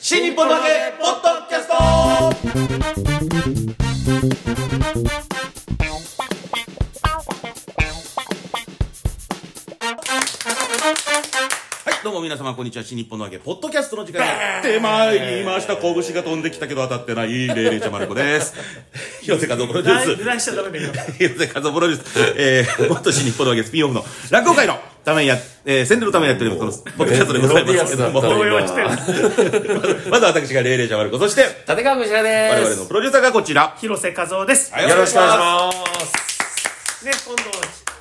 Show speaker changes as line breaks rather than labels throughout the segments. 新日本のけポッドキャストはい、どうも皆様、こんにちは。新日本のわけ、ポッドキャストの時間がやってまいりました。拳が飛んできたけど当たってない、レイレイちゃまる子 です。広瀬和夫プロデュー ス
油。断しちゃダメだよ。
広瀬和夫プロデュース、えー、元新日本のわけスピンオフの落語会のためにや、えー、宣伝のためにやっております、この、ポッドキャストでございますけども、
ロディアスだった
動
ら
揺してる。
まず私がレイレイちゃまる子、そして、
立川こちらで
我々のプロデューサーがこちら。
広瀬和夫です。
はいよろしくお願いしま
ね、今度、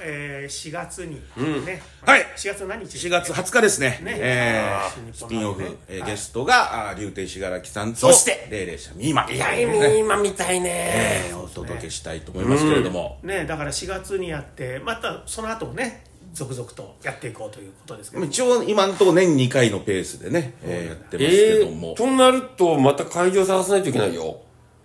えー、4月に、ね。
はい
4月何日
4月20日ですね。
ね
えー、スピンオフ、えー、ゲストが、あー竜亭しがらきさんと、そ
して
レイレイシャミーマ。い
いや、今みたいね。
えー、お届けしたいと思いますけれども。
ね、だから4月にやって、またその後もね、続々とやっていこうということですけ
でも
ど。
一応、今のところ年2回のペースでね、えーやってますけ
え
ども
ー、。となると、また会場探さないといけないよ。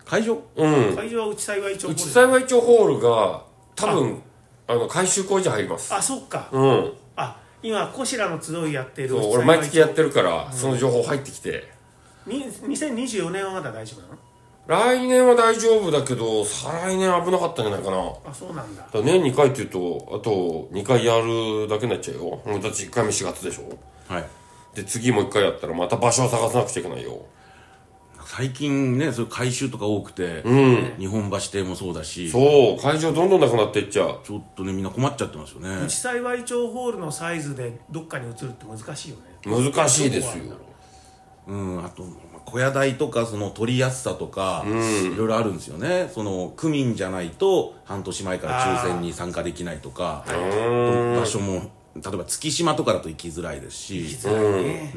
会場
会場は内幸い町ホール
うち幸い町ホールが、多分、あの、改修工事入ります。
あ、そっか。
うん。
あ、今、こしらの集いやってる。
そう俺、毎月やって
る。
るから、その情報入ってきて。
に2024年はまだ大丈夫なの
来年は大丈夫だけど、再来年危なかったんじゃないかな。だ
あ、そうなんだ。
から年2回っていうと、あと2回やるだけになっちゃうよ。俺たち1回目4月でしょ。
はい。
で、次もう1回やったら、また場所を探さなくちゃいけないよ。
最近ね、そういう改修とか多くて、日本橋亭もそうだし、ちょ
そう、会場どんどんなくなっていっちゃう。
っとね、みんな困っちゃってますよね。
内幸い町ホールのサイズでどっかに移るって難しいよね。
難しいですよ。
うん、あと、まあ小屋代とか、その取りやすさとか、いろいろあるんですよね。その、区民じゃないと、半年前から抽選に参加できないとか、場所も、例えば月島とかだと行きづらいですし、
ね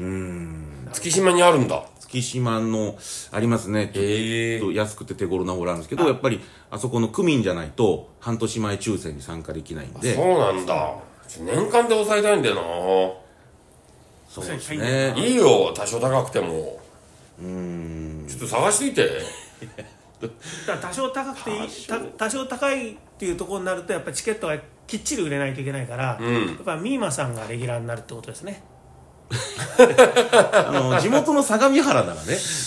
月島にあるんだ。
月島の、ありますね、
ええ
ちょっと安くて手頃な方なんですけど、やっぱり、あそこの区民じゃないと、半年前抽選に参加できないんで、
そうなんだ。年間で抑えたいんだよ
そうです
そうです
ね
な。。いいよ、多少高くても。うん。ちょっと探していて。
だから多少高くていい多少多少高いっていうところになるとやっぱりチケットがきっちり売れないといけないから、やっぱミーマさんがレギュラーになるってことですね
あの、地元の相模原ならね、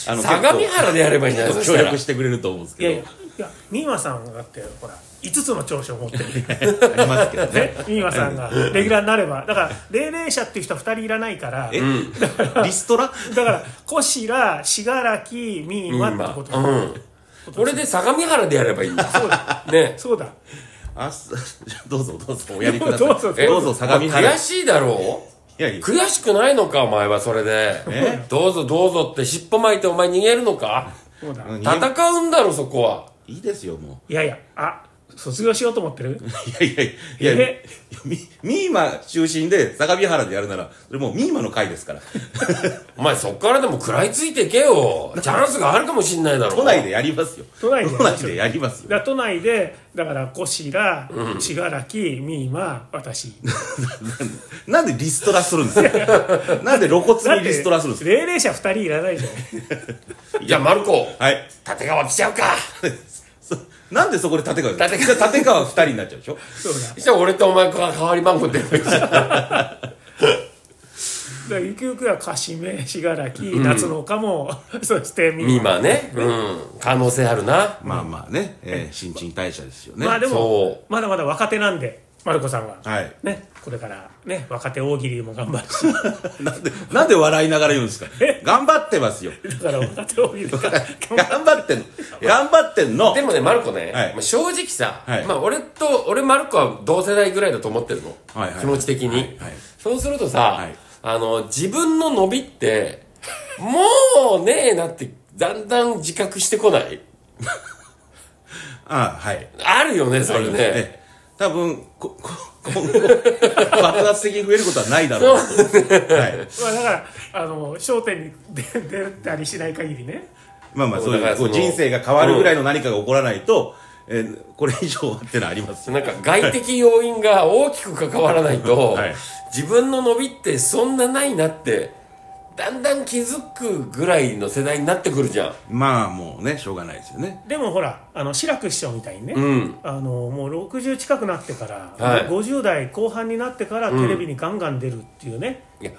あの、
相模原でやればいいんじゃない
結構協
ですか。
力してくれると思うんです
いやい
け
やいやミーマさんがだってほら5つの長所を持ってる
ど、ありますけどね。
ねミーマさんがレギュラーになればだから霊霊者っていう人は2人いらないから
えリストラ
だからコシラ信楽ミーマってことだ、
うん。これで相模原でやればいいん だ。そうだ。ね。
そうだ
あす どうぞどうぞおやりください
どうぞ
えどうぞ相模原
悔しいだろう
いやいや
悔しくないのか、お前はそれで。どうぞどうぞって尻尾巻いてお前逃げるのか
そうだ
うん
戦うんだろ、そこは。
いいですよも
いやいやあ卒業しようと思ってる
う いやいやいやいや
え
ミミーマ中心で相模原でやるならそれもうミーマの会ですから
お前そっからでも食らいついていけよ。チャンスがあるかもしんないだろ。
都内でやりますよ
都内でやりましょう
でやります
だか
よ
ら都内でだからコシラ信楽ミーマ私
なんでリストラするんで すかなんで露
だ
骨
っ
に
て
リストラするんです
霊霊者2人いらないじゃん
じゃあ、マルコ、
かはい
立川来ちゃうか。
そなんでそこで立川立
立
川立川二人になっちゃうでし ょ
そうだだか
じゃあ、俺とお前が代わり番号出ればいいじゃん。
らゆくゆくはカシメ信楽夏の丘も、 そしてミーマ
今ね。うん。可能性あるな。
まあまあね、えー新陳代謝ですよね
まあでも
そ
まだまだ若手なんでマルコさんは、
はい
ねこれからね若手大喜利も頑張るし
なんでなんで笑いながら言うんですか頑張ってますよ
だから若手大喜利が
頑張ってんの頑張ってんの
でもね、マルコね、
はい
まあ正直さ、
はい
まあ、俺と、俺、マルコは同世代ぐらいだと思ってるの。
はいはい
気持ち的に。
はい
そうするとさ、
はい
あの、自分の伸びって、もうねえなって、だんだん自覚してこない。
ああはい
あるよね、それね。
ええ多分こ こ今後爆発的に増えることはないだろうとはい、
まあだからあの『笑点』に出出たりしない限りね
まあまあそう
だか
いう
ら
こう
その
人生が変わるぐらいの何かが起こらないと、えーこれ以上はってのはありますよ
なんか外的要因が大きく関わらな いと、
はい
自分の伸びってそんなないなってだんだん気づくぐらいの世代になってくるじゃん
まあもうねしょうがないですよね
でもほらあの志らく師匠みたいにね、
ん
あのもう60近くなってから、
はい
50代後半になってからテレビにガンガン出るっていうね、
いや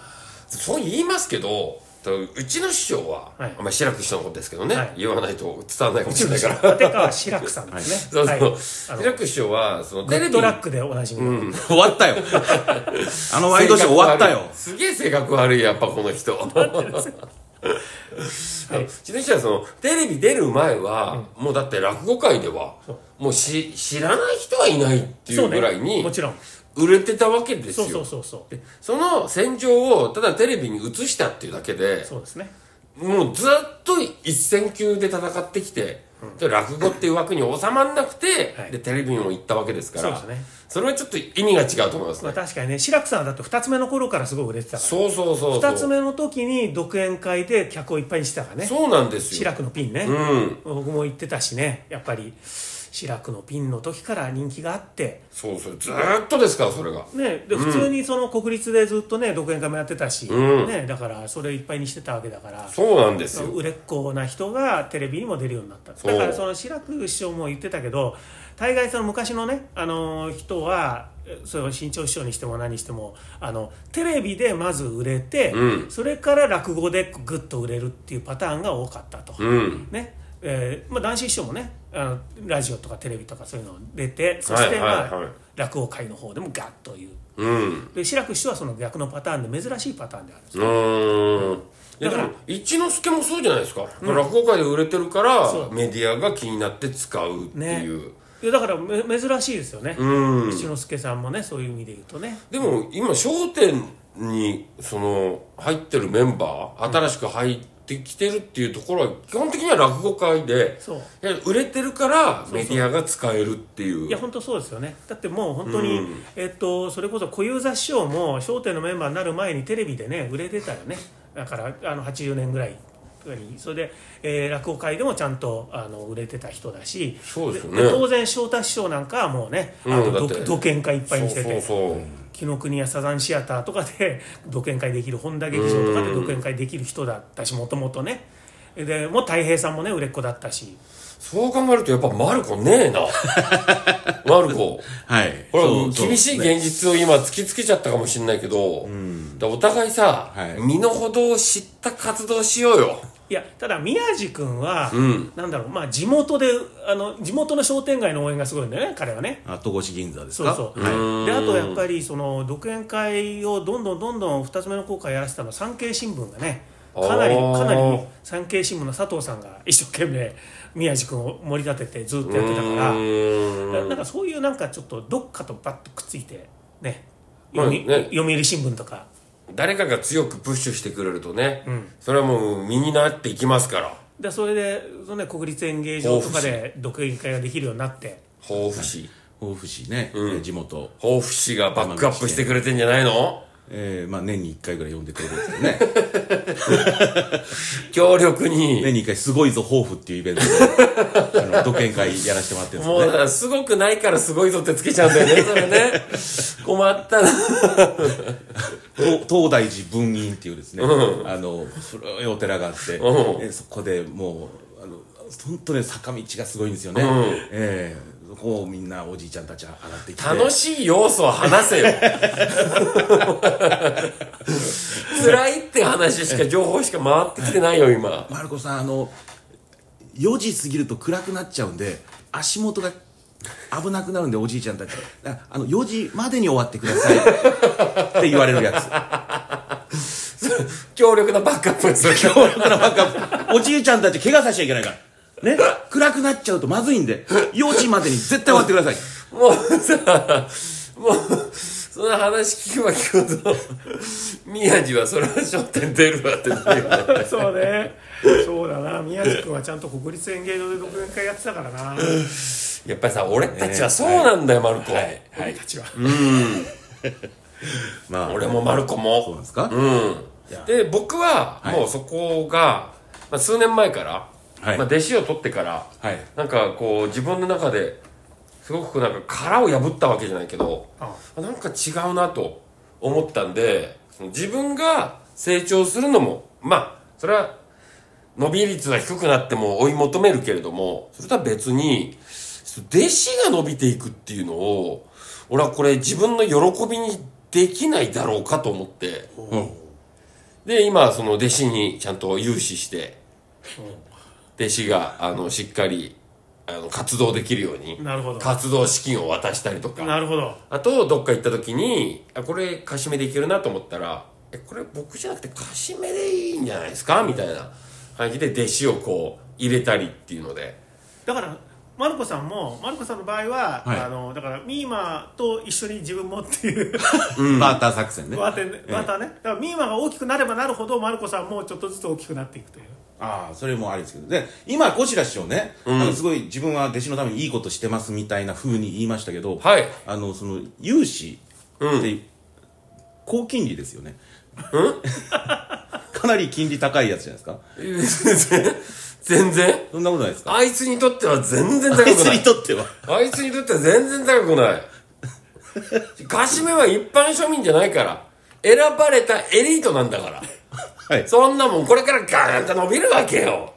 そう言いますけどとうちの師匠は、
はい
まあ志らく師匠のことですけどね、
はい
言わないと伝わらないかもし れないから
立川志らくさんです
そ
ね。
う
はい
そ
あ
う、
の
志らく師匠はその
グ
テレ
ッ
ビ
ドラックでおなじみの。
終わったよ あのワイドショー終わったよ
すげえ性格悪いやっぱこの 人はい自転車はそのテレビ出る前は、もうだって落語界ではもうし知らない人はいないってい
そううね
ぐらいに
もちろん。
売れてたわけです
そ
よ
うそうそうそう。
でその戦場をただテレビに映したっていうだけで
そうですね。
もうずっと一戦級で戦ってきて、で落語っていう枠に収まんなくて、
はい
でテレビにも行ったわけですから
そうですね
それはちょっと意味が違うと思います
まあ
ね、
確かにね、志らくさんはだって二つ目の頃からすごい売れてたか
そうそうそうそう
ら。二つ目の時に独演会で客をいっぱいにしてたからね。
そうなんです
志
よ
らくのピンね、
ん
僕も行ってたしねやっぱり志らくのピンの時から人気があって
そうそうずーっとですからそれが
ねで普通にその国立でずっとね独演会もやってたし、
うん
ねだからそれいっぱいにしてたわけだから
そうなんですよ
売れっ子な人がテレビにも出るようになった
そう
だからその志らく師匠も言ってたけど大概その昔のね、あのー人はえそれを新潮師匠にしても何にしてもあのテレビでまず売れて、
う
それから落語でグッと売れるっていうパターンが多かったと。
うん
ねえーまあ、男子師匠もねあのラジオとかテレビとかそういうの出てそして、
はいはい
ま
は
あ
い
落語界の方でもガッという
うん
で志らく師匠はその逆のパターンで珍しいパターンであるんです
うーんい
だ
やで
から
も一之輔もそうじゃないですか、落語界で売れてるから
そう
メディアが気になって使うっていう、
いやだからめ珍しいですよね、
うん
一之輔さんもねそういう意味で言うとね
でも今『笑点』にその入ってるメンバー新しく入ってきてるっていうところは基本的には落語界で
そう
いや売れてるからメディアが使えるっていう
いや本当そうですよねだってもう本当に、えっとそれこそ小遊三師匠も『笑点』のメンバーになる前にテレビでね売れてたよねだからあの80年ぐらいにそれで、えー落語界でもちゃんとあの売れてた人だし
そうですよね
当然昇太師匠なんかはもうねあ
うんだ
の
って
独独演会いっぱいにして
そう
て
そうそう
紀ノ国屋サザンシアターとかで 独演会できる本田劇場とかで独演会できる人だったしもともとねでもうたい平さんもね売れっ子だったし
そう考えるとやっぱマルコね えなマルコ
はい
これは
そう
厳しい
そうですね
現実を今突きつけちゃったかもしれないけど、だからお互いさ、
はい
身の程を知った活動しようよ
いやただ宮治君は、なんだろうまあ地元であの地元の商店街の応援がすごいんだよね彼はね
あ戸越銀座です
そう
か
そう、
はい
であとやっぱりその独演会をどんどんどんどん2つ目の効果やらせたのは産経新聞がねかなり
あー
かなり産経新聞の佐藤さんが一生懸命宮治君を盛り立ててずっとやってたから
うーん
ななんかそういうなんかちょっとどっかとバッとくっついてね
まあ
読み
ね
読売新聞とか
誰かが強くプッシュしてくれるとね、それはもう身になっていきますから
でそれでその、ね、国立演芸場とかで独演会ができるようになって。
豊富市
甲府市ね、えー地元、
豊富市がバックアップしてくれてんじゃないの
えーまあ、年に1回ぐらい呼んでくれるんですけどね
強力に
年に1回「すごいぞ抱負」っていうイベントで あの独演会やらせてもらってるんです
も
よ
うだ
ね
からすごくないからすごいぞってつけちゃうんだよねそ れね困ったな
東東大寺文院っていうですね、あの古いお寺があって、
う
えそこでもうあの本当ね坂道がすごいんですよね、えーそこをみんなおじいちゃんたちは上がってきて
楽しい要素を話せよ辛いって話しか情報しか回ってきてないよ今
マルコさんあの4時過ぎると暗くなっちゃうんで足元が危なくなるんでおじいちゃんたちああの4時までに終わってくださいって言われるやつ
強力なバックアップです
強力なバックアップおじいちゃんたち怪我させちゃいけないからね暗くなっちゃうとまずいん で4時までに絶対終わってください
もうさ、もう、その話聞けば聞くほど、宮地はそれは商店出るわってなるよね
そうね。そうだな。宮治君はちゃんと国立演芸場で独演会やってたからな。
やっぱりさ、俺たちはそうなんだよ、マルコ。
俺たちは。
まあ
俺もマルコ
そうなん
も。
ですか、
うん。で、僕は、もうそこが、まあ、数年前から、
はい
まあ、弟子を取ってから、
はい
なんかこう、自分の中で、すごくなんか殻を破ったわけじゃないけど、
あ
なんか違うなと思ったんで、その自分が成長するのも、まあ、それは伸び率は低くなっても追い求めるけれども、それとは別に、弟子が伸びていくっていうのを、俺はこれ自分の喜びにできないだろうかと思って、
うん
で今その弟子にちゃんと融資して弟子があのしっかりあの活動できるように
なるほど
活動資金を渡したりとか
なるほど
あと、どっか行った時に、あ、これ、カシメでいけるなと思ったら、え、これ僕じゃなくてカシメでいいんじゃないですかみたいな感じで弟子をこう、入れたりっていうので。
だからマルコさんもマルコさんの場合は、
はい
あのだからミーマと一緒に自分もって いう
バーター作戦ね
バーテンねバーターねだからミーマが大きくなればなるほどマルコさんもちょっとずつ大きくなっていくという
ああそれもありですけどで今ゴジラ師匠ね、あのすごい自分は弟子のためにいいことしてますみたいな風に言いましたけど、
はい
あのその融資って、高金利ですよね、 かなり金利高いやつじゃないですか
全然
そんなことないです か
あいつにとっては全然高く
あいつ
な
に
い。
とっては
あいつにとっては全然高くない。カシメは一般庶民じゃないから。選ばれたエリートなんだから。
はい
そんなもんこれからガーンと伸びるわけよ。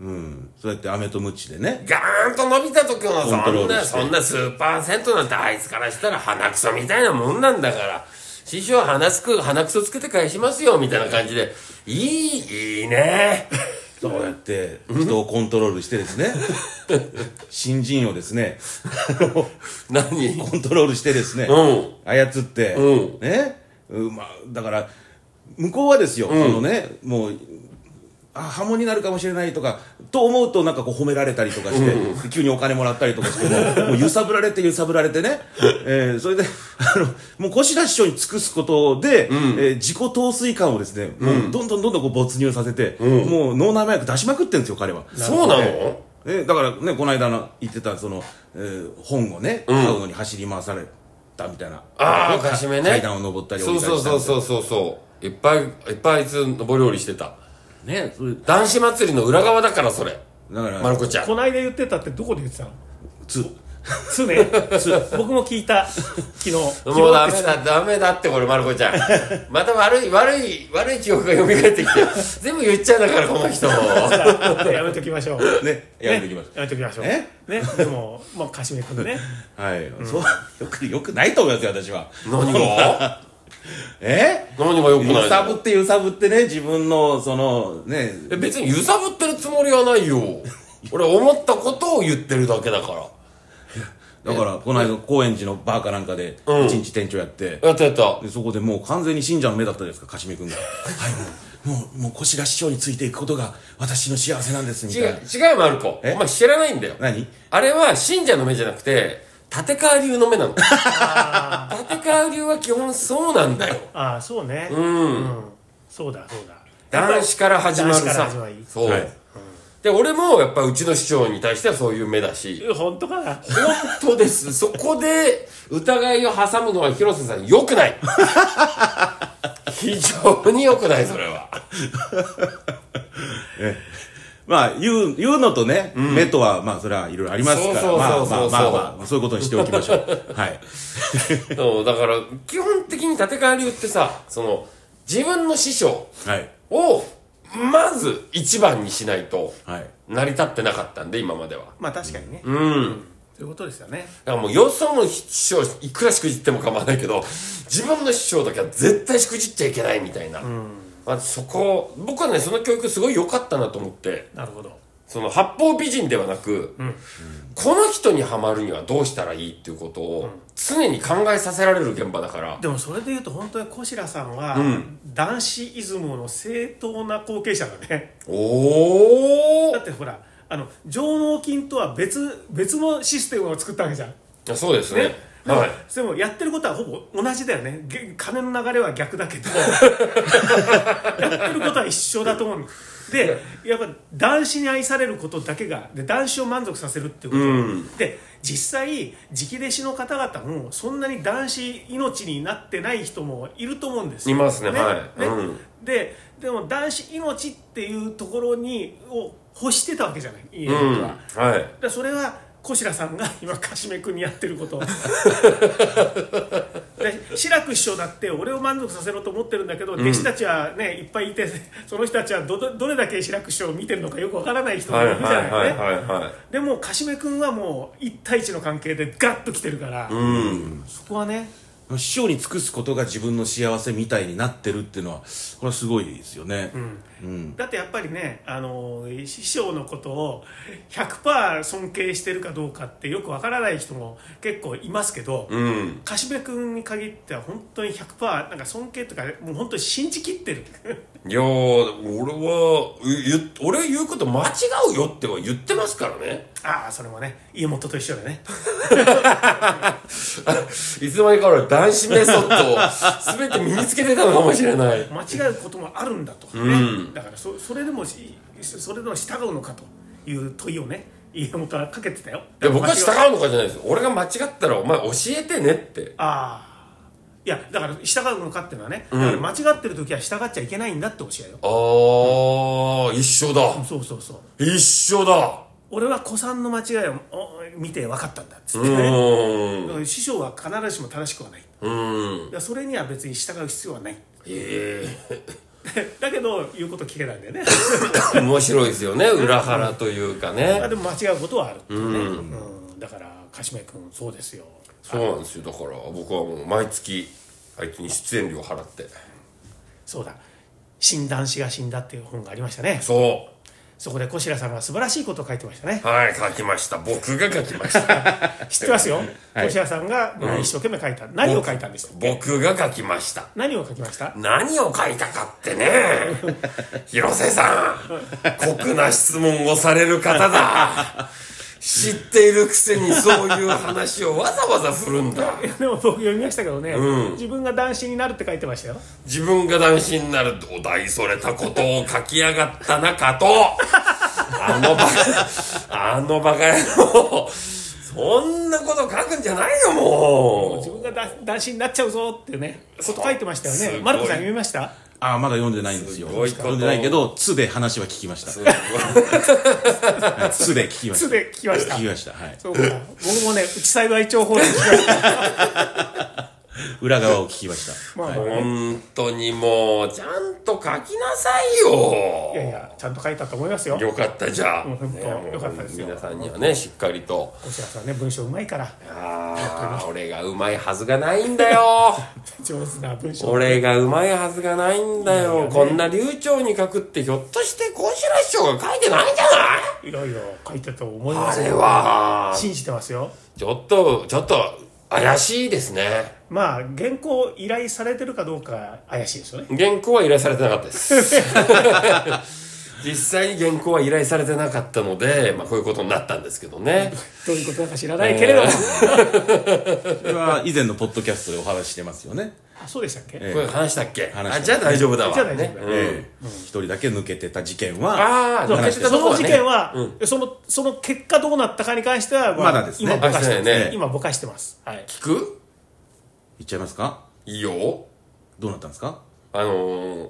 うんそうやってアメとムチでね
ガーンと伸びた時の
コントロ
そん
ール
な
して
そんな数パーセントなんてあいつからしたら鼻くそみたいなもんなんだから師匠鼻すく鼻くそつけて返しますよみたいな感じでいいいいね
そうやって人をコントロールしてですね新人をですねあの
何
コントロールしてですね、
うん
操って、
う
ね、うまあ、だから、向こうはですよ、そのね、もう、あ、波紋になるかもしれないとか、と思うとなんかこう褒められたりとかして、急にお金もらったりとか しても、もう揺さぶられて揺さぶられてね、えーそれで、 あの、もう腰出師匠に尽くすことで、えー自己陶酔感をですね、もうどんどんどんどんこう没入させて、もう脳内麻薬出しまくってるんですよ、彼は。
そうなの、
えだからねこの間の言ってたその、えー本をね買うのに走り回されたみたいな、
ああ
か
かしめね
階段を登ったり降
そ
り
う
たり
そう
した
そうそうそうそういっぱいいっぱいあいつ上り下りしてた
ねそれ
男子祭りの裏側だからそれ
だから、
まるこちゃん
こないだ言ってたってどこで言ってたの
つ
つね僕も聞いた昨日昨
もうダ
日
メだ、ダメだってこれ、まるこちゃん。また悪い、悪い、悪い記憶が蘇ってきて、全部言っちゃうんだから、この人。
ってやめときましょう
ねやめてきまし
ねやめときましょう
ね
ねでもまあかしめ君ね
た、はい、そうよくよくないと思いますよ私は
何が
え
何が良くない
揺さぶ
の
って揺さぶってね自分のそのね
え別に揺さぶってるつもりはないよ俺思ったことを言ってるだけだか
だからこの間高円寺のバーかなんかで
うん
一日店長やって、
らやったやった
でそこでもう完全に信者の目だったじゃないですかかしめ君がはいもうもうもう腰が師匠についていくことが私の幸せなんですみた
違
いうな
違うマルコお
え
前知らないんだよ
何
あれは信者の目じゃなくて立川流の目 なの立川流は基本そうなんだよ
ああそうねうん、そうだそうだ
男子から始まる
男子から
さ
始まり
そう、
はい
で俺もやっぱうちの市長に対してはそういう目だし
え本当かな
本当ですそこで疑いを挟むのは広瀬さん良くない 非常に良くないそれは
まあ、言う、言うのとね、目とは、まあ、それはいろいろありますから、
そうそう
まあ
そ
ま
うそ
あ
う
まあまあ、そういうことにしておきましょう。はい。
そうだから基本的に立川流ってさその自分の師匠
はい。
をまず一番にしないと
はい。
成り立ってなかったんで今までは
まあ確かにね
う
そ
ん
ういうことですよね
だからもうよその師匠いくらしくじっても構わないけど自分の師匠だけは絶対しくじっちゃいけないみたいな、まあ、そこ僕はねその教育すごい良かったなと思って
なるほど
その八方美人ではなく、この人にはまるにはどうしたらいいっていうことを常に考えさせられる現場だから、
でもそれでいうと本当に小白さんは、
ん
男子イズムの正当な後継者だね
おお
だってほらあの上納金とは別別のシステムを作ったわけじゃん
いやそうですね。
でも,、
はい。
でもやってることはほぼ同じだよねげ金の流れは逆だけど やってることは一緒だと思うでやっぱ男子に愛されることだけがで男子を満足させるっていうこと、
うん
で実際直弟子の方々もそんなに男子命になってない人もいると思うんですよ
いますねはい
ね
うん
ででも男子命っていうところにを欲してたわけじゃない家々は、
うん。はい。
だからそれは小白さんが 今かしめ君にやってること で志らく師匠だって俺を満足させろと思ってるんだけど、弟子たちはねいっぱいいてその人たちはどどどれだけ志らく師匠を見てるのかよくわからない人も
はいい
るじゃ
は
ないい
はい
ね
はいはい。
でもかしめ君はもう一対一の関係でガッと来てるから、
うん。
そこはね
師匠に尽くすことが自分の幸せみたいになってるっていうのはこれはすごいですよね、うん
だってやっぱりねあの師匠のことを100%尊敬してるかどうかってよくわからない人も結構いますけど、
うん。
貸部君に限っては本当に100%なんか尊敬とかもう本当に信じきってる
いやー、俺は、ゆゆ俺は言うこと間違うよっては言ってますからね。
ああそれもね家元と一緒でね
あいつの間にか俺男子メソッドを全て身につけてたのかもしれない。
間違うこともあるんだとかね、だからそそれでもしそれでも従うのかという問いをね家元はかけてたよ
いや、僕は従
う
うのかじゃないですよ。俺が間違ったらお前教えてねって。
ああいやだから従うのかっていうのはね、だから間違ってる時は従っちゃいけないんだって教えよ
あー、一緒だ。
そうそうそう
一緒だ。
俺は子さんの間違いをお見て分かったんだっつっ
う
てね、
ーん。
師匠は必ずしも正しくはない
うん。
いやそれには別に従う必要はない
え
だけど言うこと聞けないんだよね
え面白いですよね。裏腹というか
まあ
ね。
でも間違うことはあるっていうね、うんだから鹿島君そうですよ
そうなんですよ。だから僕はもう毎月、あいつに出演料払って。
そうだ診断士が死んだっていう本がありましたね
そ
そこで小白さんが素晴らしいことを書いてましたね
う。はい、書きました。僕が書きました。
知ってますよ、小白さんが一生懸命書いた、何を書いたんですか
僕が書きました。
何を書きました
何を書いたかってね 広瀬さん酷な質問をされる方だ知っているくせにそういう話をわざわざ振るんだ
でも僕読みましたけどね、自分が男子になるって書いてましたよ
自分が男子になるお題それたことを書きやがったなかとあのバカあのバカ野郎そんなこと書くんじゃないよも
自
う
分がだ男子になっちゃうぞっていうねこと書いてました
す
よ
ご
ね
い
マルコさん読みました
ああまだ読んでないんですよ
すごいこと
読んでないけど「つ」で話は聞きました「はいつ」で聞きました
つで聞きました
聞きましたはい
そうか僕もね、うち幸い情報で聞きました
裏側を聞きました
まあ まあね
本当にもうちゃんと書きなさいよ
いやいや、ちゃんと書いたと思いますよ。
よかったじゃあ、
もう本当
ねもう
よかったですよ
皆さんにはねしっかりと
小白さんね、文章うまいから、
ああ俺がうまいはずがないん だよ
上手な文章。
俺がうまいはずがないんだよこんな流暢に書くってひょっとして小白師匠が書いてないんじゃない
いろいろ書いてたと思いま
あ
す
れ
よ。
は
信じてますよ。
ちょっとちょっと怪しいですね
まあ、原稿を依頼されてるかどうか怪しいですよね。
原稿は依頼されてなかったです 実際に原稿は依頼されてなかったので、まあ、こういうことになったんですけどね
どういうことだか知らないけれども。
それは以前のポッドキャストでお話ししてますよね
あそうでしたっけ、
ええ
これ話したっけ
話した
あじゃあ大丈夫だわ
じゃあ大丈夫だ
ね
ええ一人だけ抜けてた事件
あ
は
あ
そう
抜けてた
そ
とこ
の
はね
事件は、その、その結果どうなったかに関しては、
まだですね
今ぼかしてま
あそう
す、
だよね
今ぼかしてます。はい。
聞く
いっちゃいますか
いいよ
どうなったんですか
あのー、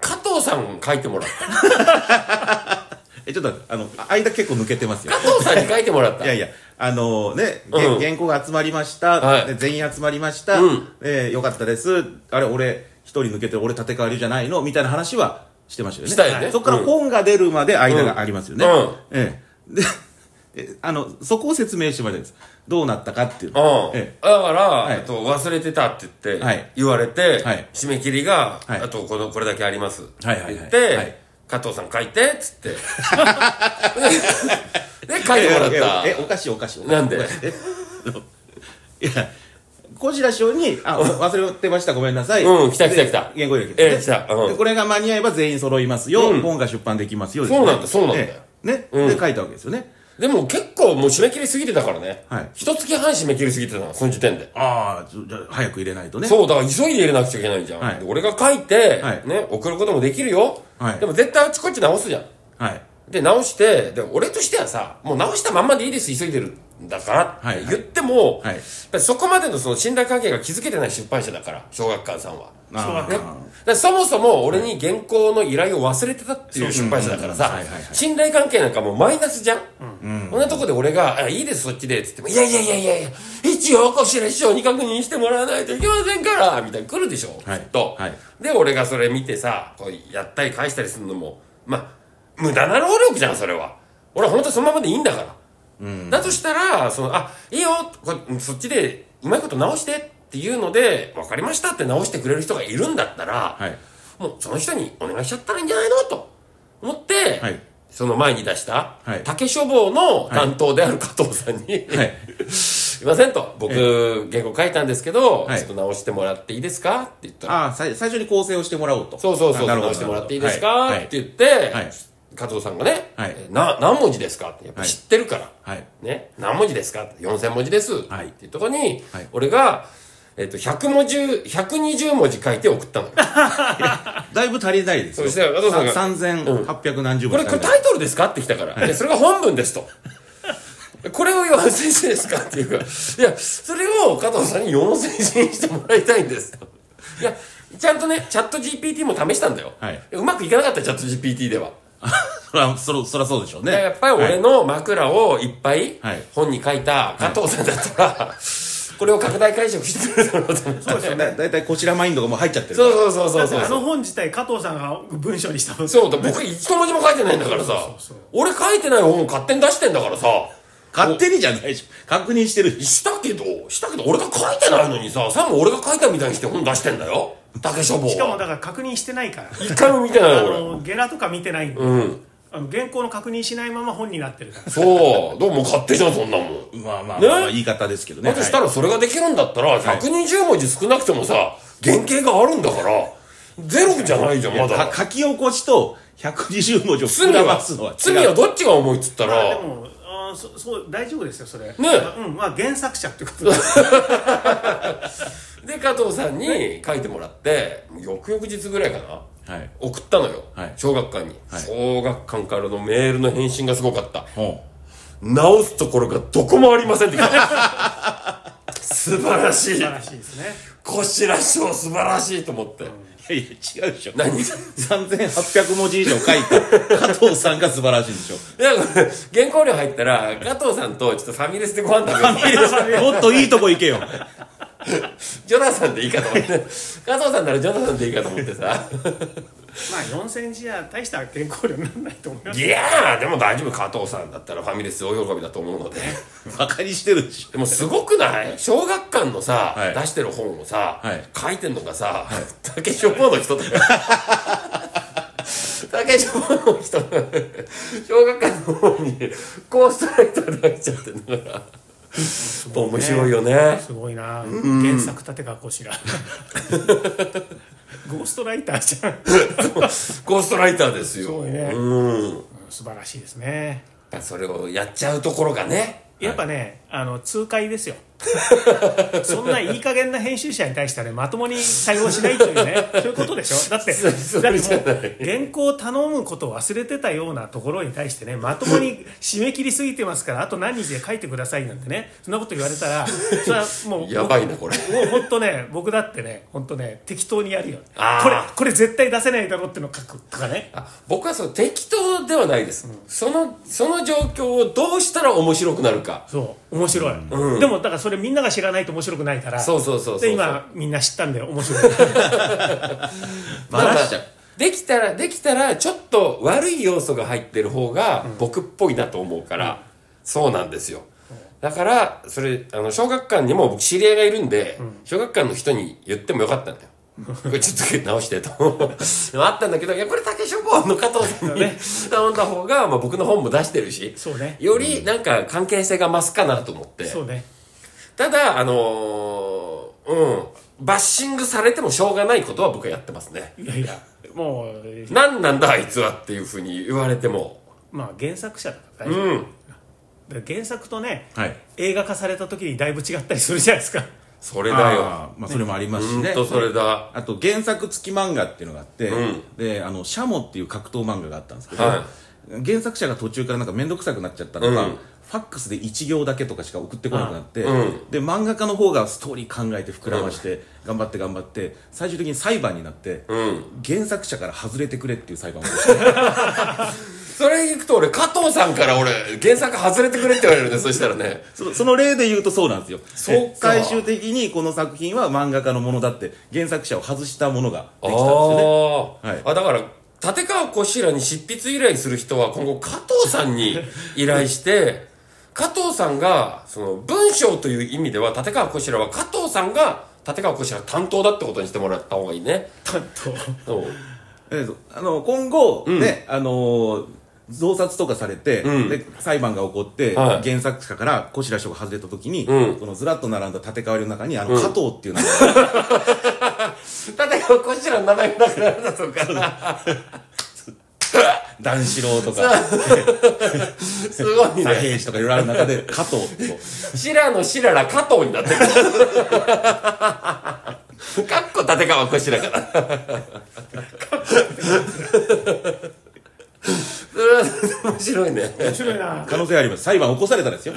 加藤さん書いてもらった。
えちょっとあの間結構抜けてますよ
加藤さんに書いてもらった。
いやいや、あのね、げ
うん
原稿が集まりました、
はい
で全員集まりました、
うん
えーよかったです、あれ、俺、一人抜けて俺立て替わりじゃないのみたいな話はしてましたよね。
したよね
そこから
うん
本が出るまで間がありますよね。
うん
ええで、 えあの、そこを説明してもらいたいです。どうなったかっていうの。
うん。
ええ
だから、
い
えっと、忘れてたって言って、
はい
言われて、
はい
締め切りが、
はい
あとこの、これだけあります。
はいはいはい
言って、
はい
加藤さん書いて、っ つって。で、書いてもらっ
いや
た。
いやえ、おかしいおかしい。おかしい
なんで
おかしいえいや、小白師匠に、あ、忘れてました、ごめんなさい。
うん来た来た来た
言語入力
ええ来たうん
でこれが間に合えば全員揃いますよ、
うん
本が出版できますよ、
そうなんだそうなんだよ
ええね、で、書いたわけですよね。
でも結構もう締め切りすぎてたからね。
はい
一月半締め切りすぎてたの、その時点で。
ああ、じゃじゃあ早く入れないとね。
そう、だから急いで入れなくちゃいけないじゃん。
はい
で俺が書いて、
はい
ね、送ることもできるよ。
はい
でも絶対あっちこっち直すじゃん。
はい。
で、直して、で、俺としてはさ、もう直したまんまでいいです、急いでるんだから
は
っ
い
て言っても、
はい
やっぱりそこまでのその信頼関係が築けてない出版社だから、小学館さんは。
あ
そ
ね、
う
だからそもそも俺に原稿の依頼を忘れてたっていう出版社だからさ
うんうんうんはいはいは、い
信頼関係なんかもうマイナスじゃん。こんなとこで俺が、あいいです、そっちで、つっても、いやいやいやいやいや、一応、こしら師匠に確認してもらわないといけませんから、みたいに来るでしょ、
はい
きっと。
はい
で、俺がそれ見てさ、こうやったり返したりするのも、まあ、無駄な労力じゃん、それは。俺は本当そのままでいいんだから。だとしたら、その、あ、いいよ、こそっちで、うまいこと直してっっていうので、わかりましたって直してくれる人がいるんだったら、
はい
もうその人にお願いしちゃったらいいんじゃないのと思って、
はい
その前に出した、
はい
竹書房の担当である加藤さんに、
はい
すいませんと、僕、原稿書いたんですけど、
はい
ちょっと直してもらっていいですかって言ったら、
ああさい最初に構成をしてもらおうと
そうそうそう、
あなるほ
直
ど
してもらっていいですか、
はい
って言って、
はい
加藤さんがね、
はい
えな、何文字ですかって、やっぱ知ってるから、
はいはい
ね、何文字ですかって、4000文字です、
はい
っていうところに、
はい
俺が、えっと、100文字、120文字書いて送った のよ。
だいぶ足りないですよ
そしたら加藤さんが
3800何十
こ
文
れ、
字
これタイトルですかって来たから。でそれが本文ですと。これを4センチですかっていうから。いや、それを加藤さんに4センチにしてもらいたいんですと。いや、ちゃんとね、チャット GPT も試したんだよ。
はいう
まくいかなかった、チャット GPT では。
そらそらそらそうでしょうね
やっぱり俺の枕をいっぱい
はい
本に書いた加藤さんだったら、これを拡大解釈してくれるだろうと思って。
そうですよねだいたいこちらマインドがもう入っちゃってる
そうそうそうそ
だ
う
って
そう
あ。の本自体加藤さんが文章にしたもん
そうだ、僕一文字も書いてないんだからさ。俺書いてない本を勝手に出してんだからさ。
勝手にじゃないでしょ確認してるし
したけど、したけど俺が書いてないのにさ、さも俺が書いたみたいにして本出してんだよ。竹書房は。
しかもだから確認してないから
一回も見てない
あ
よ、
のゲラとか見てないんで、
俺。うん。
あの原稿の確認しないまま本になってるから
そう。どうも勝手じゃん、そんなもん。
まあまあまあまあ
ね
言い方ですけどね
だとした
はい
らそれができるんだったら、120文字少なくてもさ、原型があるんだから、ゼロじゃないじゃん、まだ。
か書き起こしと120文字を
罪
膨らま
は
すのは違う、
罪はどっちが重いっつった
まあで
ら、
もあーそそう大丈夫ですよそれね
え
うんまあ原作者ってことで
で、加藤さんに書いてもらって、翌々日ぐらいかな。
はい
送ったのよ
はい。
小学館に。
はい
小学館からのメールの返信がすごかった。
ほ
直すところがどこもありませんって来 た素晴らし
素
い
晴らしい ですね
こしら師匠素晴らしいと思って
ういやいや違うでしょ
何 い
3800文字以上書いた加藤さんが素晴らしいでしょ
やこれ原稿料入ったら加藤さんとちょっとファミレスでご飯食べよう
もっといいとこ行けよ
ジョナサンでいいかと思って加藤さんならジョナサンでいいかと思っ てさ
まあ4センチや大した原稿料にならないと思います
いやーでも大丈夫加藤さんだったらファミレス大喜びだと思うので
バカにしてるでし
でもすごくない小学館のさ、
はい
出してる本をさ、
はい
書いてんのがさ、竹書房の 人とか。竹書房の人が、小学館の方に、こうストライトで書いちゃってんだから。面白いよね。
すごいな、原作立てがこしら ゴーストライターじゃん
ゴーストライターですよ。
すごいね
うん。
素晴らしいですね
それをやっちゃうところがね。
やっぱね、あの痛快です よそんないい加減な編集者に対してはねまともに対応しないというねそういうことで しょだって
そう
だっ
そうじゃな
てもう原稿を頼むことを忘れてたようなところに対してねまともに締め切りすぎてますからあと何日で書いてくださいなんてねそんなこと言われたらそれはもう
やばいな、これ。
もう本当ね僕だってね本当ね適当にやるよ
あー
これこれ絶対出せないだろうってのを書くとかね
あ僕はそう適当ではないです、そのその状況をどうしたら面白くなるか
そう面白い、でもだからそれみんなが知らないと面白くないから
そうそうそうそう
で今みんな知ったんで面白い
バラしちゃう
できたらできたらちょっと悪い要素が入ってる方が僕っぽいなと思うから、そうなんですよだからそれあの小学館にも僕知り合いがいるんで、小学館の人に言ってもよかったんだよこれちょっと直してとでもあったんだけどいやこれ竹書房の加藤さんに頼んだ方が、まあ、僕の本も出してるし
そうね
よりなんか関係性が増すかなと思って
そうね
ただあのーうんバッシングされてもしょうがないことは僕はやってますね
いやいやもう
何なんだあいつはっていうふうに言われても
まあ原作者だから大
う
丈夫、
ん
だから原作とね、
はい
映画化された時にだいぶ違ったりするじゃないですか
それだよ
あーまあそれもありますし
ほん
ね
とそれだ
あと原作付き漫画っていうのがあって、
うん
であのシャモっていう格闘漫画があったんですけど、
は
原作者が途中からなんか面倒くさくなっちゃったのか、
うん
ファックスで1行だけとかしか送ってこなくなって、
うん
で漫画家の方がストーリー考えて膨らまして、頑張って頑張って最終的に裁判になって、
うん
原作者から外れてくれっていう裁判を起こして
それ行くと俺加藤さんから俺原作外れてくれって言われる ねそしたらね
そのその例で言うとそうなんですよ
そうか
最終的にこの作品は漫画家のものだって原作者を外したものが
あ
できたんですよね
あ、
はい
あだから立川こしらに執筆依頼する人は今後加藤さんに依頼して 加藤さんがその文章という意味では立川こしらは加藤さんが立川こしら担当だってことにしてもらった方がいいね。
担当
そう。
えっとあの今後、ねあのー増刷とかされて、
うん
で裁判が起こって、
はい
原作者から小白師匠が外れた時に、
うん
そのずらっと並んだ立て替わりの中にあの、加藤ってい う名前
立川こしらの名前がなくなるだとか。
段四郎とか
すごい
左
ね。
平次とかいろいろある中で加藤ってこう
白の白ら加藤になってる。かっこ立川こしらから。かっこ面白いね。
面白いな
可能性あります裁判起こされたんです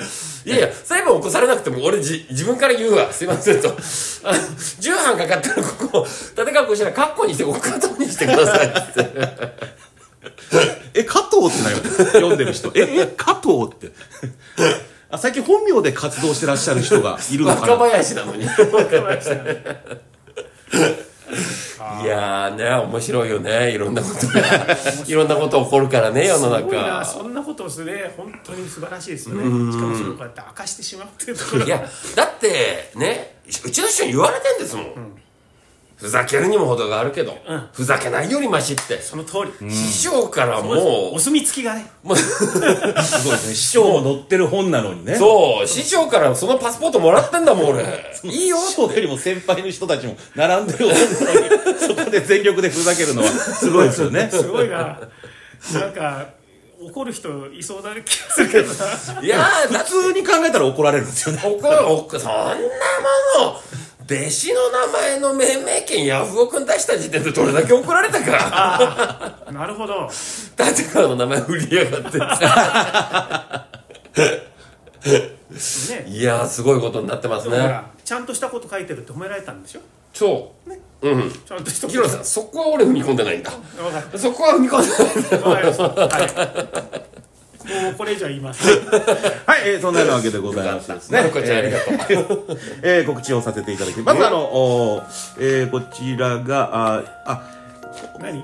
よ
いやいや、裁判起こされなくても、俺じ、自分から言うわ。すいませんと。あの重犯かかったら、ここ、立川こしら、カッコにして、ここカットにしてくださいって。
え加藤ってなります読んでる人ええ加藤ってあ最近本名で活動してらっしゃる人がいるのか
若
な
林なのに。 いやーね、面白いよね。いろんなことが。いろんなこと起こるからね、世の
すごいな
中。
そんなことをすね本当に素晴らしいですよねしかもそれをこうやって明かしてしまうっていうところ
いや、だって、ね、うちの人に言われてんですもん。ふざけるにも程があるけど、ふざけないよりマシって。
その通り
師匠からも
お墨付きがね
う、もう
すごいですね師匠も載ってる本なのにね
そう、師匠からそのパスポートもらってんだもん、 俺。いいよ。
師匠よりも先輩の人たちも並んでる本なのにそこで全力でふざけるのはすごいですよね
すごいななんか怒る人いそうな気がするけどない
やー、だ
普通に考えたら怒られるんですよね
怒る、怒そんなもの、弟子の名前の命名権、ヤフオクに出した時点でどれだけ怒られたか。
なるほど
立川の名前振りやがって。
ね
いやー、すごいことになってます
だか
ね。
らちゃんとしたこと書いてるって褒められたんでしょ
そう。うん。
ちゃんとしたこ
ヒロ
と
さん、そこは俺踏み込んでないんだ。
わかる
そこは踏み込んでないんだ。
わかりましたはいもうこれ以上言いません
はい、えーそんなようなわけでございましてですね
まるこちゃんありがとう。
えー告知をさせていただきますまずあの、おーえーこちらがあーあ
何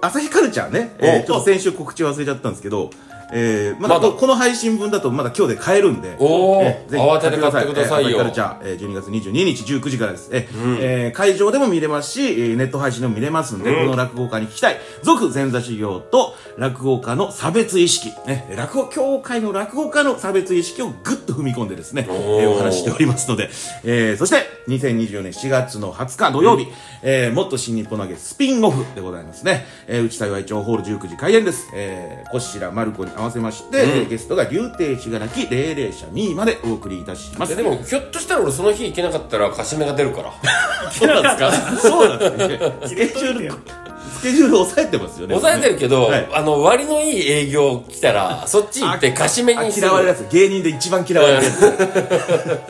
朝日カルチャーね、え
お
ー、ちょっと先週告知忘れちゃったんですけど、えー、まだ
まだ
ここの配信分だとまだ今日で買えるんで、
おー
ぜひ
慌てて買ってくださいよ
えー朝日カルチャー、えー、12月22日19時からです。えーえー会場でも見れますし、えーネット配信でも見れますんで、この落語家に聞きたい、続前座修行と落語家の差別意識、ね、落語協会の落語家の差別意識をぐっと踏み込んでですね、え
おー
ーお話ししております。おりますので、えーそして2024年4月の20日土曜日、えーもっと新日本投げスピンオフでございますね、えー、内幸町ホール19時開演です、えー、こしらまる子に合わせまして、えーゲストが竜亭しがらき霊霊者ミーまでお送りいたしま
いや
す
でも、ひょっとしたら俺その日行けなかったら、カシメが出るから。
そうなんですか そうなん ですねスケジュールスケジュール抑えてますよね
抑えてるけど、
はい
あの、割のいい営業来たら、そっち行って、カシメ
あ
にする
嫌われるやつ芸人で一番嫌われるやつ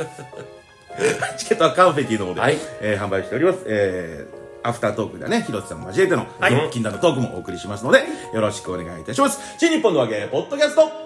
チケットはカンフェティの方で、
はい
えー販売しております、えーアフタートークではね、広瀬さんも交えての、
はい
禁断のトークもお送りしますので、よろしくお願いいたします。新日本のわけ、ポッドキャスト